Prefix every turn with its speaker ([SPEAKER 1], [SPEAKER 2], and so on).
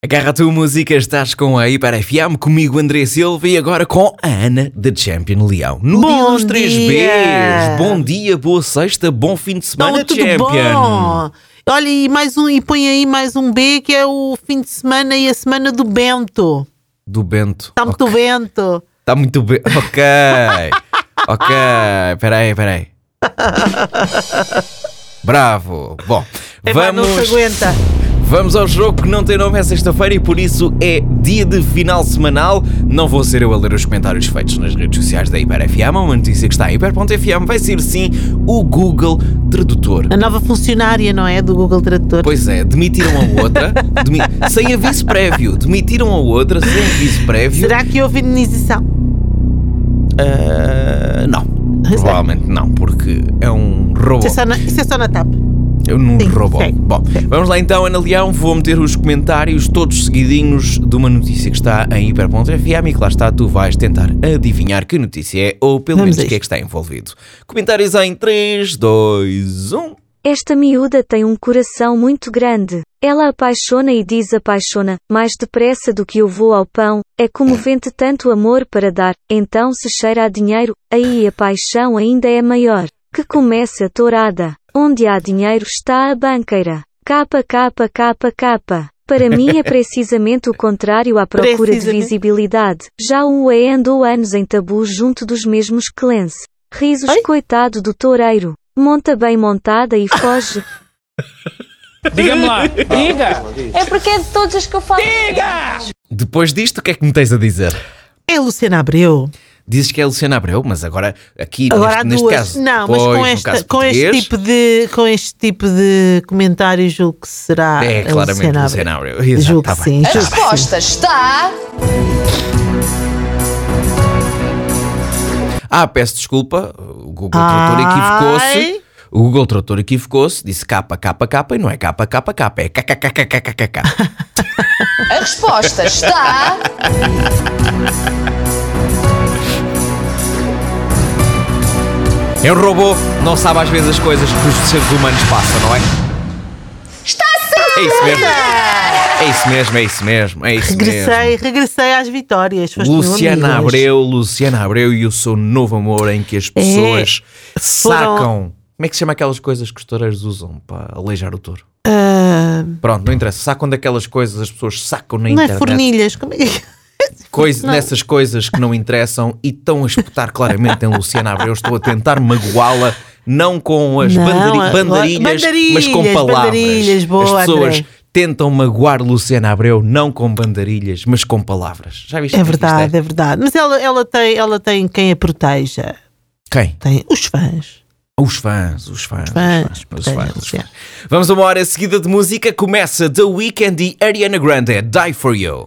[SPEAKER 1] Agarra a tua música, estás com a Hiper FM, comigo André Silva e agora com a Ana da Champion Leão. No
[SPEAKER 2] Bom
[SPEAKER 1] Bons 3
[SPEAKER 2] dia!
[SPEAKER 1] Bs, bom dia, boa sexta, bom fim de semana,
[SPEAKER 2] Então, tudo
[SPEAKER 1] Champion.
[SPEAKER 2] bom. Olha, e, mais um, e põe aí mais um B que é o fim de semana e a semana do Bento.
[SPEAKER 1] Do Bento.
[SPEAKER 2] Está muito Bento.
[SPEAKER 1] Está Tá muito bem. Ok. ok. Espera aí, espera aí. Bravo. Bom,
[SPEAKER 2] Epá,
[SPEAKER 1] vamos.
[SPEAKER 2] Não se aguenta.
[SPEAKER 1] Vamos ao jogo que não tem nome é sexta-feira e por isso é dia de final semanal. Não vou ser eu a ler os comentários feitos nas redes sociais da Hiper FM, uma notícia que está em hiper.fm vai ser sim o Google Tradutor.
[SPEAKER 2] A nova funcionária, não é? Do Google Tradutor.
[SPEAKER 1] Pois é, demitiram a outra, demi- sem aviso prévio, demitiram a outra sem aviso prévio.
[SPEAKER 2] Será que houve indenização?
[SPEAKER 1] Ah, não,
[SPEAKER 2] Pois é.
[SPEAKER 1] provavelmente não, porque é um robô.
[SPEAKER 2] Isso é, só na, isso é só na TAP.
[SPEAKER 1] Eu num
[SPEAKER 2] Sim,
[SPEAKER 1] robô.
[SPEAKER 2] sim,
[SPEAKER 1] Bom, vamos lá então, Ana Leão. Vou meter os comentários todos seguidinhos de uma notícia que está em hiper.fm e que lá está, tu vais tentar adivinhar que notícia é ou pelo
[SPEAKER 2] Vamos
[SPEAKER 1] menos
[SPEAKER 2] a
[SPEAKER 1] o que é que está envolvido. Comentários em um. 3, 2, 1.
[SPEAKER 3] Esta miúda tem um coração muito grande. Ela apaixona e desapaixona, mais depressa do que eu vou ao pão. É comovente tanto amor para dar, então se cheira a dinheiro, aí a paixão ainda é maior. Que comece a tourada. Onde há dinheiro está a banqueira. Capa, capa, capa, capa. Para mim é precisamente o contrário à procura de
[SPEAKER 2] Precisamente.
[SPEAKER 3] visibilidade. Já o UE andou anos em tabu junto dos mesmos clense. Risos
[SPEAKER 2] Ai.
[SPEAKER 3] coitado do toureiro. Monta bem montada e foge.
[SPEAKER 4] Diga-me lá. Diga.
[SPEAKER 5] É porque é de todos os que eu falo.
[SPEAKER 1] Depois disto, o que é que me tens a dizer?
[SPEAKER 2] É a Luciana Abreu.
[SPEAKER 1] Dizes que é a Luciana Abreu, mas agora aqui
[SPEAKER 2] Agora há
[SPEAKER 1] neste, neste
[SPEAKER 2] duas.
[SPEAKER 1] caso.
[SPEAKER 2] não, mas
[SPEAKER 1] pois,
[SPEAKER 2] com,
[SPEAKER 1] no
[SPEAKER 2] esta,
[SPEAKER 1] caso
[SPEAKER 2] com, este
[SPEAKER 1] português,
[SPEAKER 2] tipo de, com este tipo de comentário, julgo que será.
[SPEAKER 1] É
[SPEAKER 2] a
[SPEAKER 1] claramente
[SPEAKER 2] Luciana
[SPEAKER 1] Luciana
[SPEAKER 2] Abreu.
[SPEAKER 1] Abreu. Exato,
[SPEAKER 2] Julgo
[SPEAKER 1] tá
[SPEAKER 2] que
[SPEAKER 1] bem.
[SPEAKER 2] sim. julgo
[SPEAKER 5] A
[SPEAKER 2] que sim.
[SPEAKER 5] resposta está.
[SPEAKER 1] Ah, peço desculpa, o Google Tradutor
[SPEAKER 2] Ai.
[SPEAKER 1] equivocou-se. O Google Tradutor equivocou-se, disse capa, capa, capa e não é capa, capa, capa, é kkkkkkk.
[SPEAKER 5] A resposta está.
[SPEAKER 1] É um robô, não sabe às vezes as coisas que os seres humanos passam, não é? Está certo! É isso mesmo. É isso mesmo, é isso mesmo, é isso mesmo.
[SPEAKER 2] Regressei, regressei às vitórias. Foste meu
[SPEAKER 1] Luciana
[SPEAKER 2] amigo hoje.
[SPEAKER 1] Abreu, Luciana Abreu e o seu novo amor em que as pessoas
[SPEAKER 2] É, foram-
[SPEAKER 1] sacam. Como é que se chama aquelas coisas que os toureiros usam para aleijar o touro?
[SPEAKER 2] Ah,
[SPEAKER 1] Pronto, não interessa. Sacam daquelas coisas, as pessoas sacam na
[SPEAKER 2] não
[SPEAKER 1] internet.
[SPEAKER 2] é fornilhas? Como é que-
[SPEAKER 1] coisa-
[SPEAKER 2] Não.
[SPEAKER 1] nessas coisas que não interessam e estão a espetar claramente em Luciana Abreu. Estou a tentar magoá-la, não com as
[SPEAKER 2] Não,
[SPEAKER 1] banderi-
[SPEAKER 2] a-
[SPEAKER 1] bandarilhas, mas com
[SPEAKER 2] bandarilhas,
[SPEAKER 1] palavras.
[SPEAKER 2] bandarilhas, boa,
[SPEAKER 1] as pessoas
[SPEAKER 2] André.
[SPEAKER 1] tentam magoar Luciana Abreu, não com bandarilhas, mas com palavras. Já viste?
[SPEAKER 2] É
[SPEAKER 1] o que que isto
[SPEAKER 2] verdade, é verdade. Mas ela, ela, tem, ela tem quem a proteja.
[SPEAKER 1] Quem?
[SPEAKER 2] Tem os fãs.
[SPEAKER 1] Os fãs, os fãs. Os
[SPEAKER 2] Fãs,
[SPEAKER 1] fãs, os
[SPEAKER 2] portanto,
[SPEAKER 1] fãs, os
[SPEAKER 2] é.
[SPEAKER 1] fãs. Vamos a uma hora seguida de música. Começa The Weeknd e Ariana Grande. Die For You.